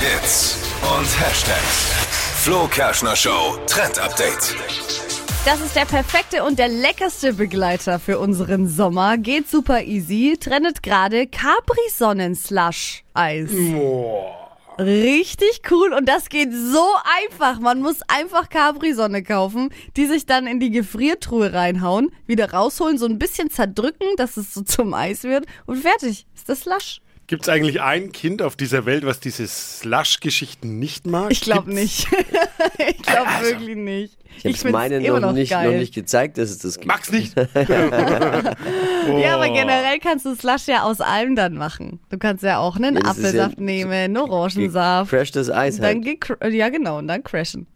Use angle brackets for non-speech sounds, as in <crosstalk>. Hits und Hashtags. Flo Kerschner Show Trend Update. Das ist der perfekte und der leckerste Begleiter für unseren Sommer. Geht super easy. Trennet gerade Capri-Sonnen-Slush-Eis. Richtig cool und das geht so einfach. Man muss einfach Capri-Sonne kaufen, die sich dann in die Gefriertruhe reinhauen, wieder rausholen, so ein bisschen zerdrücken, dass es so zum Eis wird und fertig ist das Slush. Gibt es eigentlich ein Kind auf dieser Welt, was diese Slush-Geschichten nicht mag? Ich glaube Gibt's? nicht. <laughs> ich glaube wirklich nicht. Also, Ich habe es find's meine immer noch, nicht, geil. noch nicht gezeigt, dass es das gibt. <laughs> Mag's nicht. <laughs> Ja, aber Oh. generell kannst du Slush ja aus allem dann machen. Du kannst ja auch einen Ja, das ist ja Apfelsaft so nehmen, einen Orangensaft. Crash das Eis Dann halt. gecr- ja, genau, und dann crashen.